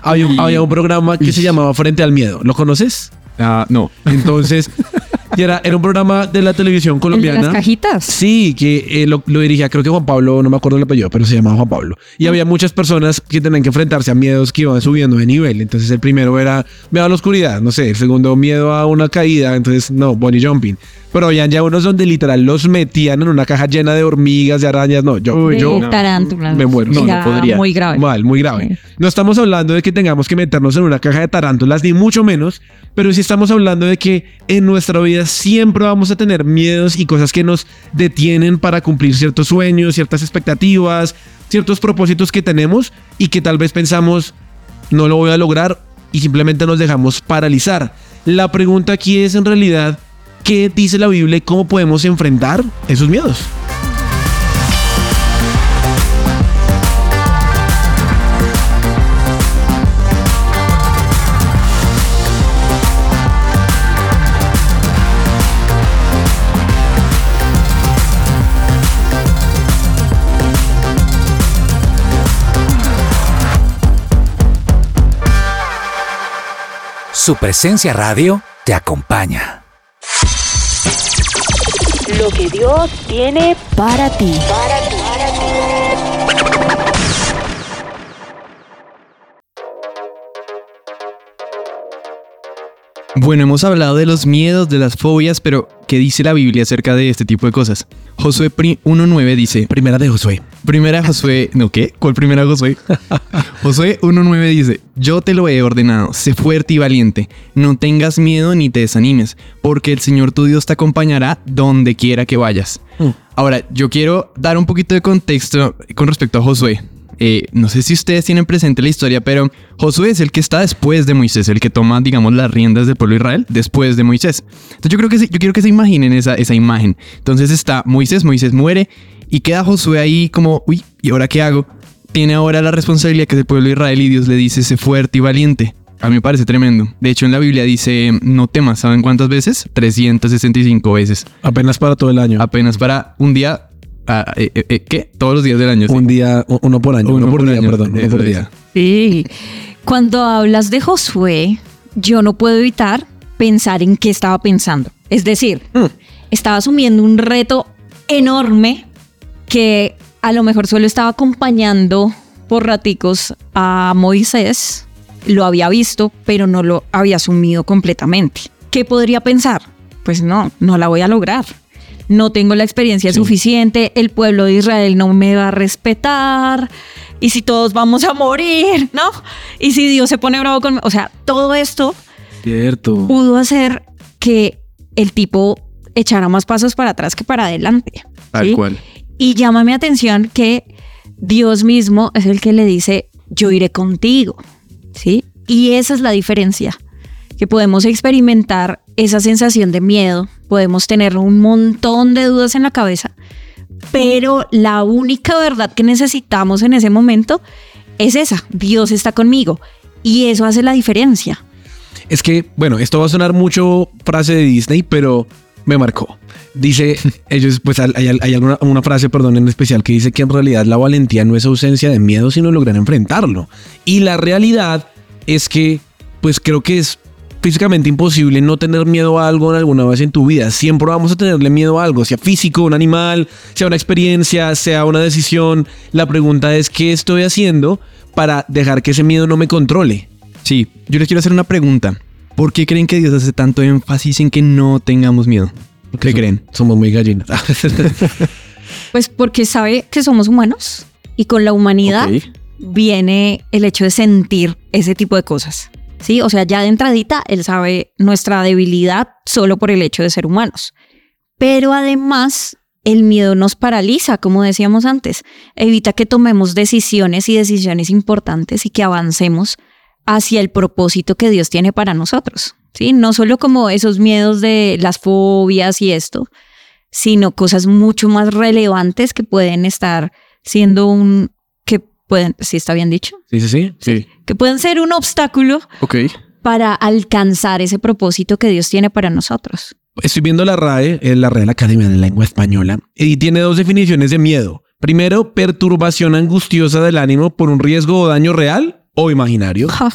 Speaker 2: había, un, había un programa que se llamaba Frente al Miedo. ¿Lo conoces?
Speaker 4: Ah, no.
Speaker 2: Entonces, y era, era un programa de la televisión
Speaker 3: El de
Speaker 2: colombiana.
Speaker 3: las cajitas.
Speaker 2: Sí, que eh, lo, lo dirigía, creo que Juan Pablo, no me acuerdo el apellido, pero se llamaba Juan Pablo. Y había muchas personas que tenían que enfrentarse a miedos que iban subiendo de nivel. Entonces el primero era miedo a la oscuridad, no sé, el segundo miedo a una caída, entonces no, bunny jumping. Pero habían ya unos donde literal los metían en una caja llena de hormigas, de arañas, no, yo,
Speaker 4: Uy,
Speaker 3: de
Speaker 4: yo-
Speaker 3: tarántulas.
Speaker 2: me muero. No, no
Speaker 3: Era
Speaker 4: podría.
Speaker 3: Muy grave.
Speaker 2: Mal, muy grave. No estamos hablando de que tengamos que meternos en una caja de tarántulas, ni mucho menos, pero sí estamos hablando de que en nuestra vida siempre vamos a tener miedos y cosas que nos detienen para cumplir ciertos sueños, ciertas expectativas, ciertos propósitos que tenemos y que tal vez pensamos no lo voy a lograr y simplemente nos dejamos paralizar. La pregunta aquí es en realidad, ¿qué dice la Biblia y cómo podemos enfrentar esos miedos?
Speaker 6: Su presencia radio te acompaña.
Speaker 7: Lo que Dios tiene para ti. Para ti.
Speaker 4: Bueno, hemos hablado de los miedos, de las fobias, pero ¿qué dice la Biblia acerca de este tipo de cosas? Josué pri- 1.9 dice,
Speaker 2: Primera de Josué.
Speaker 4: primera Josué, ¿no qué? ¿Cuál primera Josué? Josué 1.9 dice, yo te lo he ordenado, sé fuerte y valiente, no tengas miedo ni te desanimes, porque el Señor tu Dios te acompañará donde quiera que vayas.
Speaker 2: Mm.
Speaker 4: Ahora, yo quiero dar un poquito de contexto con respecto a Josué. Eh, no sé si ustedes tienen presente la historia, pero Josué es el que está después de Moisés, el que toma, digamos, las riendas del pueblo de Israel después de Moisés. Entonces yo creo que se- yo quiero que se imaginen esa, esa imagen. Entonces está Moisés, Moisés muere y queda Josué ahí como, uy, ¿y ahora qué hago? Tiene ahora la responsabilidad que es el pueblo de Israel y Dios le dice, sé fuerte y valiente. A mí me parece tremendo. De hecho, en la Biblia dice, no temas, ¿saben cuántas veces? 365 veces.
Speaker 2: Apenas para todo el año.
Speaker 4: Apenas para un día, ah, eh, eh, eh, ¿qué? Todos los días del año. sí.
Speaker 2: Un día, u- uno por año. Uno, por, día,
Speaker 4: año.
Speaker 2: perdón. Uno
Speaker 4: Eso
Speaker 2: por
Speaker 4: es.
Speaker 2: día.
Speaker 3: Sí. Cuando hablas de Josué, yo no puedo evitar pensar en qué estaba pensando. Es decir, estaba asumiendo un reto enorme que a lo mejor solo estaba acompañando por raticos a Moisés. Lo había visto, pero no lo había asumido completamente. ¿Qué podría pensar? Pues no, no la voy a lograr. No tengo la experiencia suficiente, el pueblo de Israel no me va a respetar, y si todos vamos a morir, ¿no? Y si Dios se pone bravo conmigo, o sea, todo esto
Speaker 2: Cierto.
Speaker 3: pudo hacer que el tipo echara más pasos para atrás que para adelante.
Speaker 4: Tal
Speaker 3: ¿sí?
Speaker 4: cual.
Speaker 3: Y llama mi atención que Dios mismo es el que le dice, yo iré contigo, ¿sí? Y esa es la diferencia, que podemos experimentar esa sensación de miedo, podemos tener un montón de dudas en la cabeza, pero la única verdad que necesitamos en ese momento es esa, Dios está conmigo. Y eso hace la diferencia.
Speaker 2: Es que, bueno, esto va a sonar mucho frase de Disney, pero me marcó. Dice, ellos, pues al- hay, al- hay alguna una frase, perdón, en especial que dice que en realidad la valentía no es ausencia de miedo, sino lograr enfrentarlo. Y la realidad es que, pues creo que es físicamente imposible no tener miedo a algo en alguna vez en tu vida. Siempre vamos a tenerle miedo a algo, sea físico, un animal, sea una experiencia, sea una decisión. La pregunta es, ¿qué estoy haciendo para dejar que ese miedo no me controle?
Speaker 4: Sí, yo les quiero hacer una pregunta. ¿Por qué creen que Dios hace tanto énfasis en que no tengamos miedo? ¿Qué creen?
Speaker 2: Somos muy gallinas.
Speaker 3: Pues porque sabe que somos humanos y con la humanidad
Speaker 5: Ok.
Speaker 3: viene el hecho de sentir ese tipo de cosas. Sí, o sea, ya de entradita él sabe nuestra debilidad solo por el hecho de ser humanos. Pero además, el miedo nos paraliza, como decíamos antes, evita que tomemos decisiones y decisiones importantes y que avancemos hacia el propósito que Dios tiene para nosotros. Sí, no solo como esos miedos de las fobias y esto, sino cosas mucho más relevantes que pueden estar siendo un que pueden, si está bien dicho,
Speaker 2: Sí, sí, sí.
Speaker 4: Sí.
Speaker 3: que pueden ser un obstáculo
Speaker 4: Ok.
Speaker 3: para alcanzar ese propósito que Dios tiene para nosotros.
Speaker 2: Estoy viendo la RAE, eh, la Real Academia de Lengua Española, y tiene dos definiciones de miedo. Primero, perturbación angustiosa del ánimo por un riesgo o daño real o imaginario.
Speaker 3: Ja,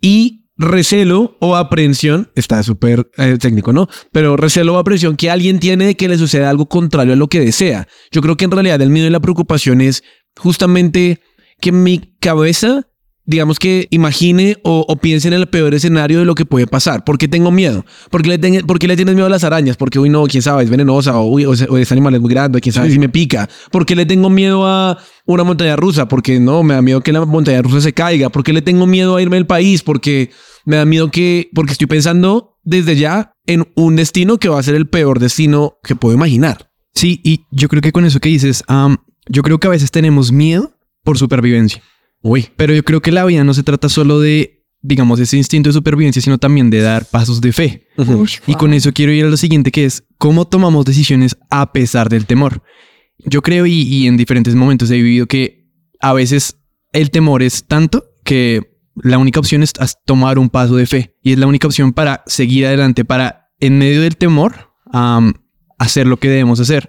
Speaker 2: Y recelo o aprehensión, está súper eh, técnico, ¿no? Pero recelo o aprehensión que alguien tiene de que le suceda algo contrario a lo que desea. Yo creo que en realidad el miedo y la preocupación es justamente que mi cabeza, digamos que imagine o, o piense en el peor escenario de lo que puede pasar. ¿Por qué tengo miedo? ¿Por qué le, ten- por qué le tienes miedo a las arañas? Porque, uy, no, quién sabe, es venenosa, o, uy, o, ese- o ese animal es muy grande, quién sabe si me pica. ¿Por qué le tengo miedo a una montaña rusa? Porque no, me da miedo que la montaña rusa se caiga. ¿Por qué le tengo miedo a irme del país? Porque me da miedo que, porque estoy pensando desde ya en un destino que va a ser el peor destino que puedo imaginar.
Speaker 4: Sí, y yo creo que con eso que dices, am, yo creo que a veces tenemos miedo por supervivencia.
Speaker 2: Uy,
Speaker 4: Pero yo creo que la vida no se trata solo de, digamos, ese instinto de supervivencia, sino también de dar pasos de fe.
Speaker 2: Hmm.
Speaker 3: uy,
Speaker 4: Y con
Speaker 3: wow.
Speaker 4: eso quiero ir a lo siguiente, que es cómo tomamos decisiones a pesar del temor. Yo creo y, y en diferentes momentos he vivido que a veces el temor es tanto que la única opción es as- tomar un paso de fe y es la única opción para seguir adelante, para en medio del temor am, hacer lo que debemos hacer.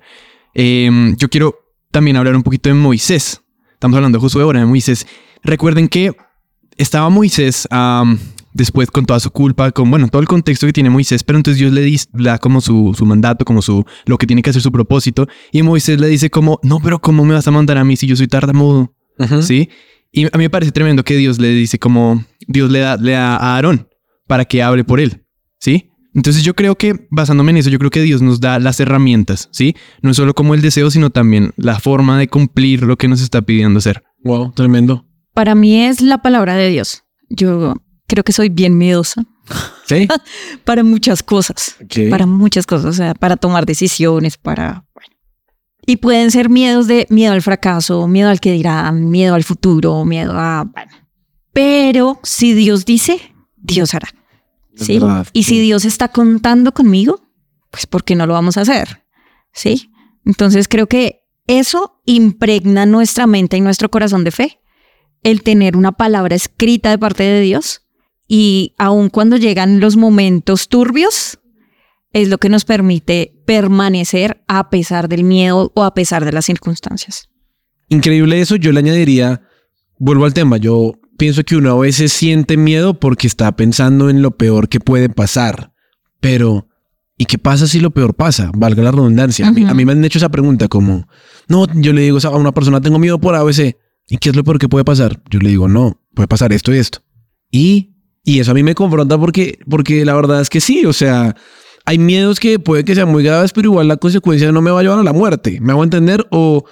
Speaker 4: Em, yo quiero también hablar un poquito de Moisés. Estamos hablando de Josué ahora de Moisés. Recuerden que estaba Moisés am, después con toda su culpa, con bueno, todo el contexto que tiene Moisés, pero entonces Dios le dis- le da como su, su mandato, como su lo que tiene que hacer su propósito, y Moisés le dice como, no, pero ¿cómo me vas a mandar a mí si yo soy tartamudo? ¿Sí? Y a mí me parece tremendo que Dios le dice como, Dios le da, le da a Aarón para que hable por él, ¿sí? Entonces yo creo que, basándome en eso, yo creo que Dios nos da las herramientas, ¿sí? No solo como el deseo, sino también la forma de cumplir lo que nos está pidiendo hacer.
Speaker 2: wow, tremendo.
Speaker 3: Para mí es la palabra de Dios. Yo creo que soy bien miedosa
Speaker 2: Sí.
Speaker 3: para muchas cosas, para muchas cosas, o sea, para tomar decisiones, para bueno. Y pueden ser miedos de miedo al fracaso, miedo al que dirán, miedo al futuro, miedo a bueno. Pero si Dios dice, Dios hará.
Speaker 2: Es
Speaker 3: ¿sí?
Speaker 2: verdad.
Speaker 3: Y si Dios está contando conmigo, pues ¿por qué no lo vamos a hacer? ¿Sí? Entonces creo que eso impregna nuestra mente y nuestro corazón de fe. El tener una palabra escrita de parte de Dios y aun cuando llegan los momentos turbios, es lo que nos permite permanecer a pesar del miedo o a pesar de las circunstancias.
Speaker 2: Increíble eso, yo le añadiría, vuelvo al tema, yo pienso que uno a veces siente miedo porque está pensando en lo peor que puede pasar, pero ¿y qué pasa si lo peor pasa? Valga la redundancia. A mí,
Speaker 3: Ujú.
Speaker 2: a mí me han hecho esa pregunta como, no, yo le digo a una persona, tengo miedo por ABC, ¿y qué es lo peor que puede pasar? Yo le digo, no, puede pasar esto y esto. Y, y eso a mí me confronta porque, porque la verdad es que sí, o sea, hay miedos que puede que sean muy graves, pero igual la consecuencia no me va a llevar a la muerte. ¿Me hago entender? O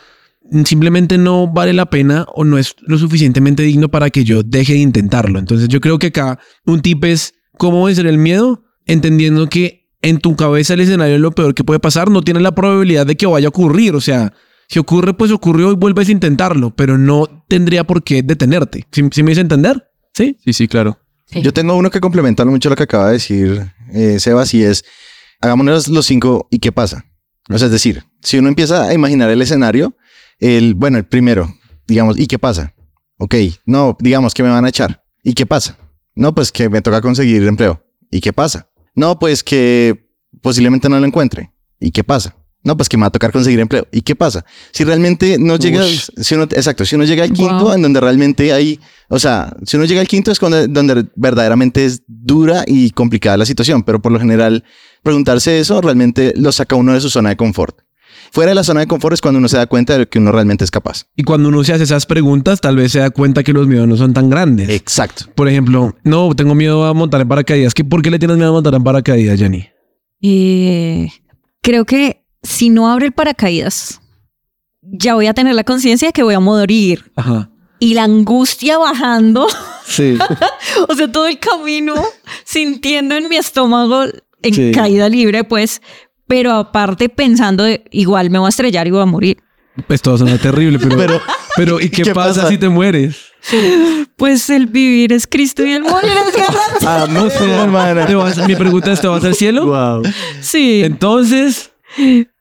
Speaker 2: simplemente no vale la pena o no es lo suficientemente digno para que yo deje de intentarlo. Entonces yo creo que acá un tip es cómo vencer el miedo, entendiendo que en tu cabeza el escenario es lo peor que puede pasar, no tienes la probabilidad de que vaya a ocurrir, o sea... Si ocurre, pues ocurrió y vuelves a intentarlo, pero no tendría por qué detenerte. ¿Sí, sí me hice entender? ¿Sí?
Speaker 4: Sí, sí, claro.
Speaker 5: Yo tengo uno que complementa mucho lo que acaba de decir eh, Sebas y es, hagámonos los cinco y qué pasa. O sea, es decir, si uno empieza a imaginar el escenario, el, bueno, el primero, digamos, ¿y qué pasa? Ok, no, digamos que me van a echar. ¿Y qué pasa? No, pues que me toca conseguir empleo. ¿Y qué pasa? No, pues que posiblemente no lo encuentre. ¿Y qué pasa? No, pues que me va a tocar conseguir empleo. ¿Y qué pasa? Si realmente no llega,
Speaker 4: Ush.
Speaker 5: si uno, exacto, si uno llega al quinto,
Speaker 3: Wow.
Speaker 5: en donde realmente hay, o sea, si uno llega al quinto es cuando, donde verdaderamente es dura y complicada la situación, pero por lo general preguntarse eso realmente lo saca uno de su zona de confort. Fuera de la zona de confort es cuando uno se da cuenta de lo que uno realmente es capaz.
Speaker 2: Y cuando uno se hace esas preguntas, tal vez se da cuenta que los miedos no son tan grandes.
Speaker 5: Exacto.
Speaker 2: Por ejemplo, no, tengo miedo a montar en paracaídas. ¿Qué, ¿Por qué le tienes miedo a montar en paracaídas, Jenny?
Speaker 3: Eh, creo que si no abro el paracaídas, ya voy a tener la conciencia de que voy a morir.
Speaker 2: Ajá.
Speaker 3: Y la angustia bajando,
Speaker 2: Sí.
Speaker 3: o sea, todo el camino sintiendo en mi estómago en
Speaker 2: Sí.
Speaker 3: caída libre, pues, pero aparte pensando de, igual me voy a estrellar y voy a morir.
Speaker 2: Pues todo suena terrible, pero... pero, ¿y qué,
Speaker 5: ¿qué
Speaker 2: pasa,
Speaker 5: pasa?
Speaker 2: si te mueres?
Speaker 3: Pues el vivir es Cristo y el morir es guerra.
Speaker 2: O sea, ¿te vas- mi pregunta es, ¿te vas al cielo?
Speaker 3: Sí,
Speaker 2: Entonces,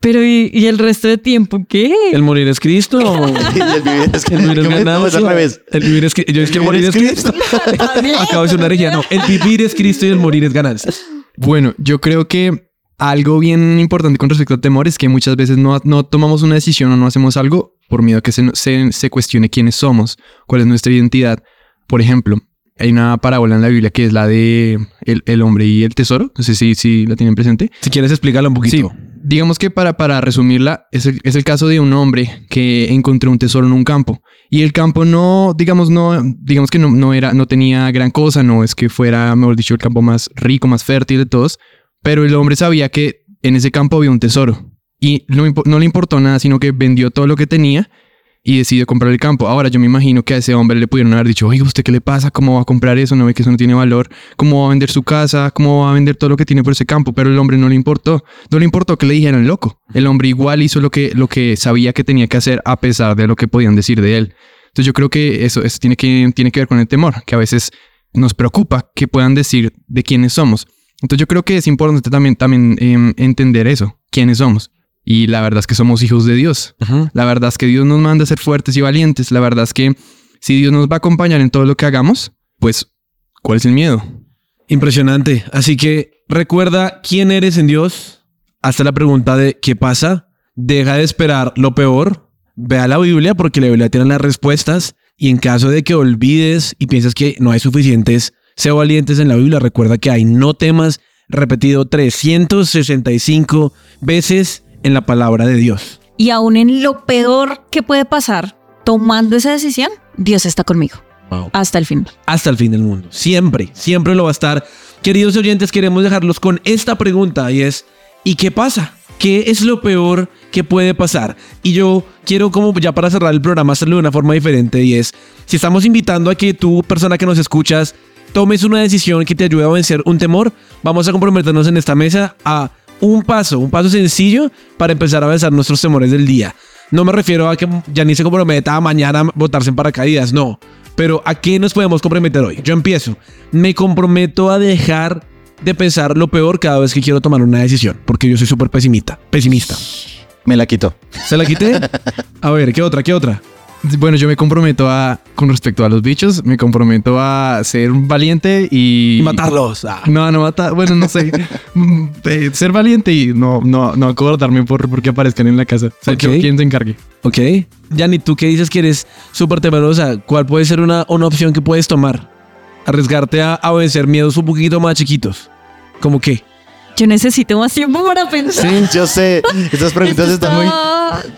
Speaker 3: pero ¿y, y el resto de tiempo qué?
Speaker 2: ¿el morir es Cristo? o-
Speaker 5: Y el vivir es
Speaker 2: El vivir es
Speaker 5: ¿Cómo es? No, es
Speaker 2: ganancia.
Speaker 5: al revés.
Speaker 2: El vivir es, Cri- yo es que el morir es Cristo. Acabo de ser una herejía. No, el vivir es Cristo y el morir es ganancia.
Speaker 4: Bueno, yo creo que algo bien importante con respecto al temor es que muchas veces no, no tomamos una decisión o no hacemos algo por miedo a que se, se, se cuestione quiénes somos, cuál es nuestra identidad. Por ejemplo, hay una parábola en la Biblia que es la de el, el hombre y el tesoro. No sé si, si la tienen presente.
Speaker 2: Si quieres, explícalo un poquito.
Speaker 4: Sí, digamos que para, para resumirla, es el, es el caso de un hombre que encontró un tesoro en un campo y el campo no, digamos, no, digamos que no, no era, no tenía gran cosa, no es que fuera, mejor dicho, el campo más rico, más fértil de todos, pero el hombre sabía que en ese campo había un tesoro y no, impo- no le importó nada, sino que vendió todo lo que tenía y decidió comprar el campo. Ahora yo me imagino que a ese hombre le pudieron haber dicho, oye, ¿usted qué le pasa? ¿Cómo va a comprar eso? ¿No ve que eso no tiene valor? ¿Cómo va a vender su casa? ¿Cómo va a vender todo lo que tiene por ese campo? Pero el hombre no le importó. No le importó que le dijeran loco. El hombre igual hizo lo que, lo que sabía que tenía que hacer a pesar de lo que podían decir de él. Entonces yo creo que eso, eso tiene, que, tiene que ver con el temor, que a veces nos preocupa que puedan decir de quiénes somos. Entonces yo creo que es importante también, también em, entender eso, quiénes somos. Y la verdad es que somos hijos de Dios. La verdad es que Dios nos manda a ser fuertes y valientes. La verdad es que si Dios nos va a acompañar en todo lo que hagamos, pues, ¿cuál es el miedo?
Speaker 2: Impresionante. Así que recuerda quién eres en Dios. Hasta la pregunta de qué pasa. Deja de esperar lo peor. Ve a la Biblia porque la Biblia tiene las respuestas. Y en caso de que olvides y piensas que no hay suficientes, sé valientes en la Biblia. Recuerda que hay no temas repetido 365 veces en la palabra de Dios.
Speaker 3: Y aún en lo peor que puede pasar, tomando esa decisión, Dios está conmigo. Hasta el fin.
Speaker 2: hasta el fin del mundo. Siempre, siempre lo va a estar. Queridos oyentes, queremos dejarlos con esta pregunta y es, ¿y qué pasa? ¿Qué es lo peor que puede pasar? Y yo quiero como ya para cerrar el programa hacerlo de una forma diferente y es, si estamos invitando a que tú, persona que nos escuchas, tomes una decisión que te ayude a vencer un temor, vamos a comprometernos en esta mesa a un paso, un paso sencillo para empezar a vencer nuestros temores del día. No me refiero a que ya ni se comprometa a mañana votarse en paracaídas, no. Pero ¿a qué nos podemos comprometer hoy? Yo empiezo. Me comprometo a dejar de pensar lo peor cada vez que quiero tomar una decisión, porque yo soy súper pesimista, pesimista.
Speaker 5: Me la quitó.
Speaker 2: ¿Se la quité? A ver, ¿qué otra? ¿Qué otra?
Speaker 4: Bueno, yo me comprometo a, con respecto a los bichos, me comprometo a ser un valiente y...
Speaker 2: Y matarlos. Ah.
Speaker 4: No, no matar, bueno, no sé. Mm, eh, ser valiente y no, no, no acordarme por porque aparezcan en la casa. O sea,
Speaker 2: Ok.
Speaker 4: yo- quien se encargue.
Speaker 2: Ok. Yanni, tú que dices que eres súper temerosa, ¿cuál puede ser una, una opción que puedes tomar? Arriesgarte a, a vencer miedos un poquito más chiquitos. ¿Cómo qué?
Speaker 3: Yo necesito más tiempo para pensar.
Speaker 5: Yo sé, estas preguntas están muy...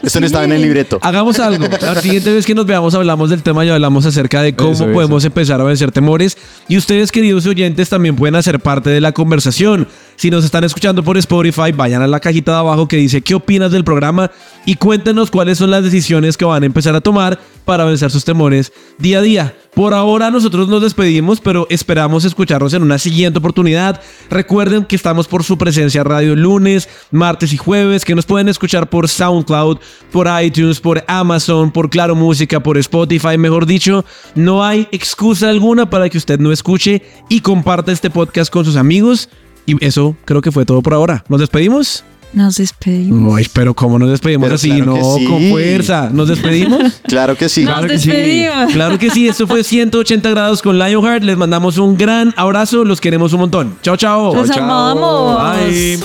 Speaker 5: Esto no estaba en el
Speaker 3: Sí.
Speaker 5: libreto.
Speaker 2: Hagamos algo. La siguiente vez que nos veamos hablamos del tema y hablamos acerca de cómo
Speaker 4: Eso, eso.
Speaker 2: podemos empezar a vencer temores. Y ustedes, queridos oyentes, también pueden hacer parte de la conversación. Si nos están escuchando por Spotify, vayan a la cajita de abajo que dice qué opinas del programa y cuéntenos cuáles son las decisiones que van a empezar a tomar para vencer sus temores día a día. Por ahora nosotros nos despedimos, pero esperamos escucharnos en una siguiente oportunidad. Recuerden que estamos por su presencia radio lunes, martes y jueves, que nos pueden escuchar por SoundCloud, por iTunes, por Amazon, por Claro Música, por Spotify, mejor dicho. No hay excusa alguna para que usted no escuche y comparta este podcast con sus amigos. Y eso creo que fue todo por ahora. Nos despedimos.
Speaker 3: Nos despedimos.
Speaker 2: Ay, pero ¿cómo nos despedimos
Speaker 5: Pero
Speaker 2: así?
Speaker 5: claro que
Speaker 2: no,
Speaker 5: sí.
Speaker 2: con fuerza. ¿Nos despedimos?
Speaker 5: Claro que sí.
Speaker 3: Nos
Speaker 2: Claro que sí.
Speaker 3: despedimos.
Speaker 2: Claro que sí. Esto fue 180 grados con Lionheart. Les mandamos un gran abrazo. Los queremos un montón. Chao, chao.
Speaker 3: Los amamos.
Speaker 2: Bye.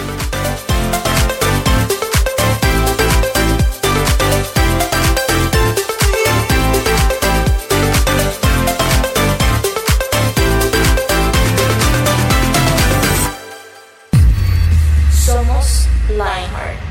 Speaker 7: Somos Lionheart.